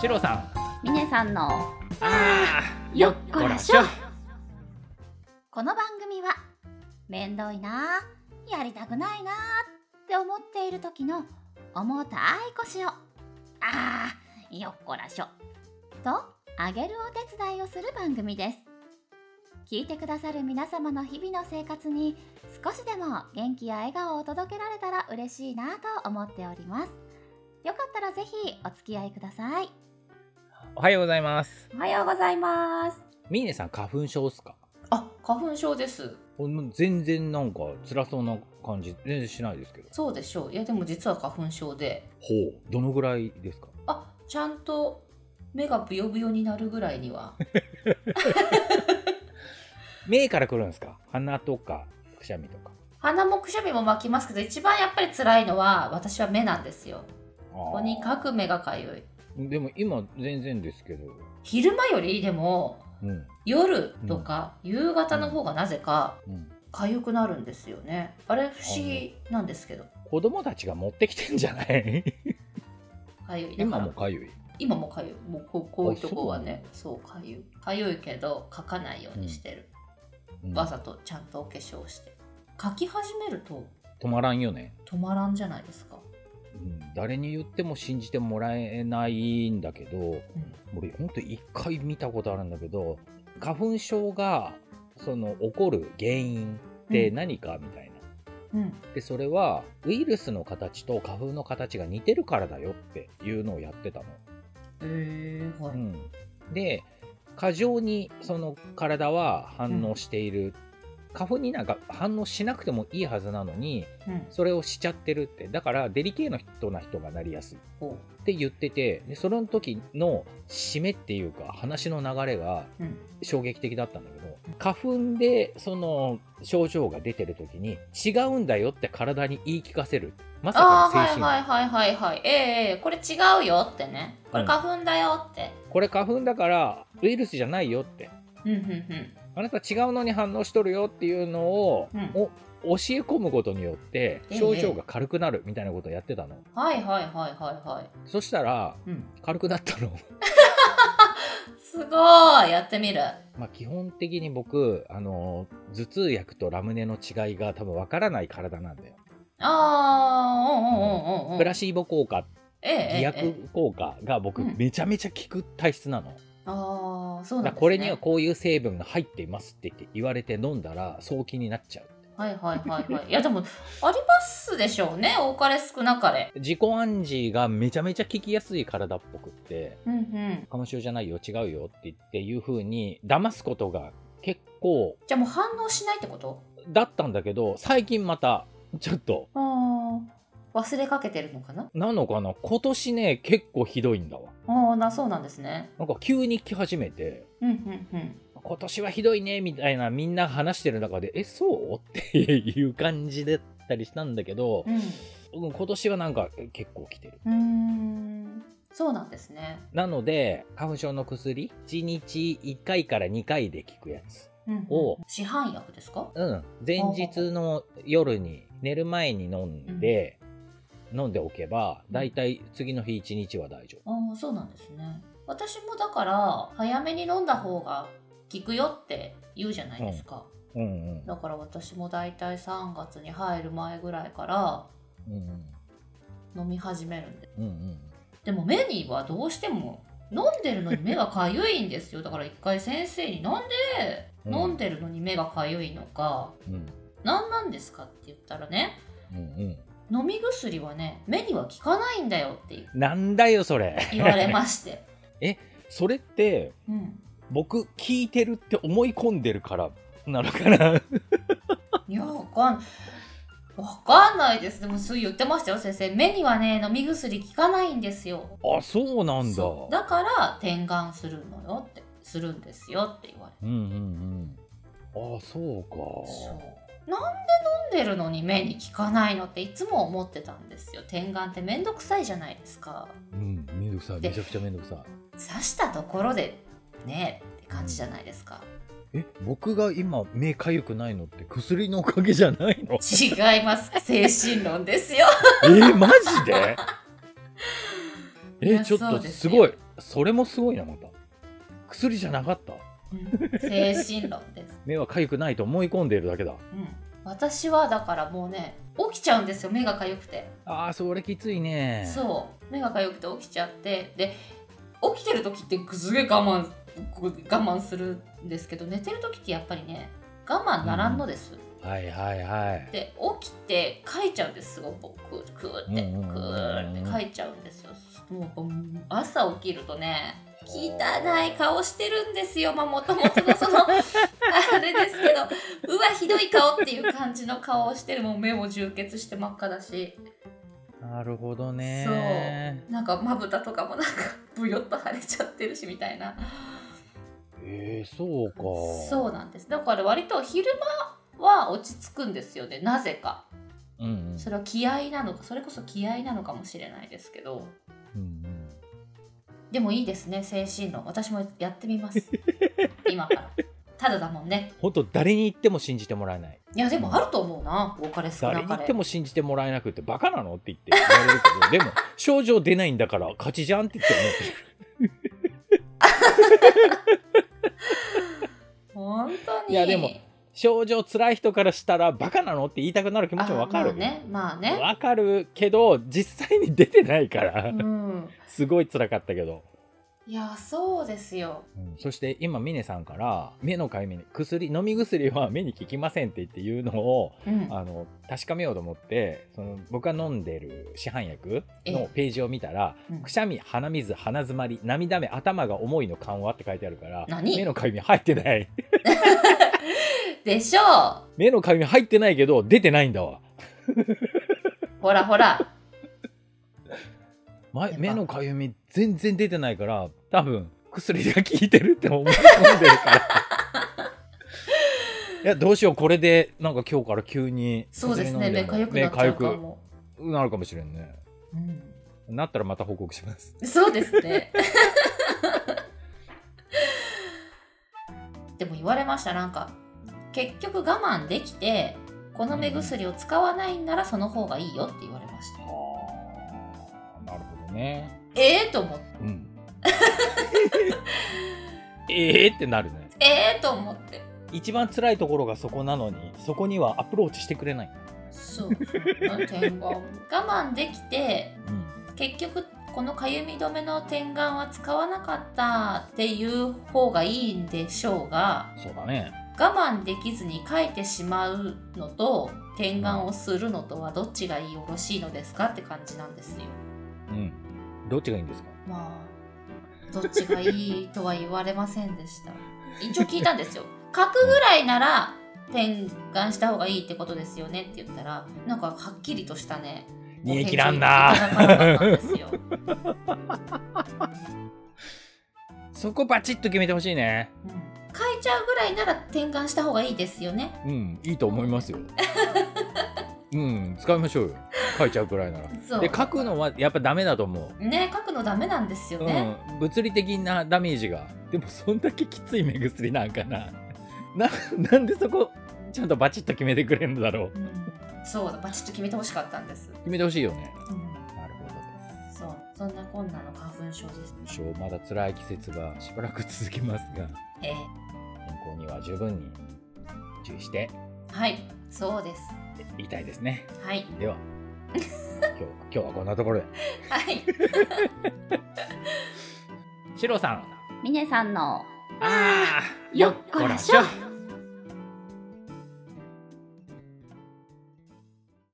シロさんミネさんのあーよっこらしょこの番組はめんどいなあやりたくないなあって思っている時の重たい腰をあーよっこらしょとあげるお手伝いをする番組です聞いてくださる皆様の日々の生活に少しでも元気や笑顔を届けられたら嬉しいなと思っておりますよかったらぜひお付き合いくださいおはようございますおはようございますミーネさん花粉症っすかあ、花粉症です。もう全然なんか辛そうな感じ全然しないですけどそうでしょう。いやでも実は花粉症で、ほうどのぐらいですかあ、ちゃんと目がブヨブヨになるぐらいには、 目からくるんですか鼻とかくしゃみとか鼻もくしゃみも巻きますけど、一番やっぱり辛いのは私は目なんですよ。ととにかく目がかゆい。でも今全然ですけど昼間よりでもうん夜とか夕方の方がなぜかうん痒くなるんですよね。あれ不思議なんですけど、子供たちが持ってきてんじゃない痒い。だか今らもかゆい今もかゆい。もうこうこういうとこはねあ、そうかゆい。かゆいけど書かないようにしてる。うんわざとちゃんとお化粧して書き始めると止まらんよね、止まらんじゃないですか、うん、誰に言っても信じてもらえないんだけどうん俺ほんと一回見たことあるんだけど花粉症がその起こる原因って何かみたいな、うん、でそれはウイルスの形と花粉の形が似てるからだよっていうのをやってたの。えー、はうい、ん、で過剰にその体は反応している、花粉になんか反応しなくてもいいはずなのにうん、それをしちゃってるってだからデリケートな人がなりやすいっおうて言っててでその時の締めっていうか話の流れがうん衝撃的だったんだけど花粉でその症状が出てる時に違うんだよって体に言い聞かせるまさかああのは精い神、はいはいはいはいええええこれ違うよってねこれ花粉だよって、これ花粉だからウイルスじゃないよってうん、うんうんあなた違うのに反応しとるよっていうのを、うんお教え込むことによってええ症状が軽くなるみたいなことをやってたの、はいはいはいはいはいそしたらうん軽くなったのすごいやってみるまあ基本的に僕あの頭痛薬とラムネの違いが多分わからない体なんだよ、ああうんうんうんうんうんプラシーボ効果えええ偽えええ薬効果が僕うんめちゃめちゃ効く体質なの、ああそうだかならんです、ね、これにはこういう成分が入っていますって言って言われて飲んだら早期になっちゃうはいはいはいはいいやでもありますでしょうね多かれ少なかれ自己暗示がめちゃめちゃ効きやすい体っぽくってうんうん花粉症じゃないよ違うよって言っていう風に騙すことが結構じゃあもう反応しないってことだったんだけど最近またちょっとああ忘れかけてるのかななのかな今年ね結構ひどいんだわああなそうなんですねなんか急に来始めてうんうんうん今年はひどいねみたいなみんな話してる中でえそう っていう感じだったりしたんだけどう、うんん今年はなんか結構来てるうーんそうなんですねなので花粉症の薬1日1回から2回で効くやつうんうんおう市販薬ですかうん前日の夜に寝る前に飲んで、飲んでおけばだいたい次の日1日は大丈夫ああそうなんですね私もだから早めに飲んだ方が効くよって言うじゃないですうんうか、んだから私もだいたい3月に入る前ぐらいからうんうん飲み始めるんでうんうんでも目にはどうしても飲んでるのに目がかゆいんですよだから一回先生になんでうん飲んでるのに目がかゆいのか、うん何なんですかって言ったらねうん飲み薬はね目には効かないんだよってうんなんだよそれ言われまして それってうん僕聞いてるって思い込んでるからなのかないやわかんわかんないですでもそう言ってましたよ先生目にはね飲み薬効かないんですよ あそうなんだそうだから点眼するのよってするんですよって言われてうんうんうんあそうかそうなんで飲んでるのに目に効かないのっていつも思ってたんですよ点眼ってめんどくさいじゃないですかうんめんどくさいでめちゃくちゃめんどくさい刺したところでねって感じじゃないですか、え僕が今目かゆくないのって薬のおかげじゃないの違います精神論ですよ えー、マジでいえやちょっそとうですすよごいそれもすごいなまた薬じゃなかったうん精神論です、目は痒くないと思い込んでいるだけだうん、私はだからもうね起きちゃうんですよ目がかゆくてあーそれきついねそう目がかゆくて起きちゃってで起きてる時ってすげえ我慢こう我慢するんですけど寝てる時ってやっぱりね我慢ならんのです、はいはいはいで起きて書いちゃうんですよ僕クーってうんうんうんうんクーって書いちゃうんですよもうやっぱうん朝起きるとね汚い顔してるんですよまあもともとのそのあれですけどうわひどい顔っていう感じの顔をしてるもう目も充血して真っ赤だしなるほどねなんかまぶたとかもなんかブヨッと腫れちゃってるしみたいなえー、そうかそうなんですだから割と昼間は落ち着くんですよねなぜかう、うんうんそれは気合なのかそれこそ気合なのかもしれないですけどうんうん、でもいいですね精神論私もやってみます 今からただだもんねほんと誰に言っても信じてもらえないいやでもあると思うな多かれ少誰なにか言っれても信じてもらえなくてバカなのって言って言われるけど でも症状出ないんだから勝ちじゃんって言って思ってる本当にいやでも症状辛い人からしたらバカなのって言いたくなる気持ちもわかるあまあねまあねわかるけど実際に出てないから、うん すごい辛かったけど、いやそうですようんそして今峰さんから目のかゆみに薬飲み薬は目に効きませんって言って言うのをうんあの確かめようと思ってその僕が飲んでる市販薬のページを見たらうんくしゃみ鼻水鼻づまり涙目頭が重いの緩和って書いてあるから何目のかゆみ入ってない でしょ目のかゆみ入ってないけど出てないんだわうほらほ らまやっぱ目のかゆみ全然出てないから多分薬が効いてるって思い込んでる からいやどうしようこれでなんか今日から急にそうです薬ね飲目んかでゆもくなっちゃうか目かも、ゆくなるかもしれんねうん、なったらまた報告しますそうですね。 でも言われましたなんか結局我慢できてこの目薬を使わないんならその方がいいよって言われました。なるほどねええと思ってうん ええってなるねええと思って一番辛いところがそこなのにそこにはアプローチしてくれない、 そうそう点眼我慢できて結局このかゆみ止めの点眼は使わなかったっていう方がいいんでしょうがそうだね我慢できずに書いてしまうのと点眼をするのとはどっちがよろしいのですかって感じなんですよ。うんどっちがいいんですかまあどっちがいいとは言われませんでした。一応聞いたんですよ。書くぐらいなら点眼した方がいいってことですよねって言ったらなんかはっきりとしたね。煮え切らんなお返事をいただかなかったんですよそこバチッと決めてほしいねうん書いちゃうぐらいなら点眼した方がいいですよね。うんいいと思いますようん使いましょうよ書いちゃうくらいならそうで書くのはやっぱダメだと思うね書くのダメなんですようね。ん、物理的なダメージがでもそんだけきつい目薬なんかな ななんでそこちゃんとバチッと決めてくれるんだろううん、そうだバチッと決めてほしかったんです。決めてほしいよねうんなるほどでそう、そんなこんなの花粉症です。す一応まだ辛い季節がしばらく続きますがえ健康には十分に注意してーはい、そうです。いたいですねはい、で は今日今日はこんなところではい。シロさんミネさんのあーよっこらしょよっこ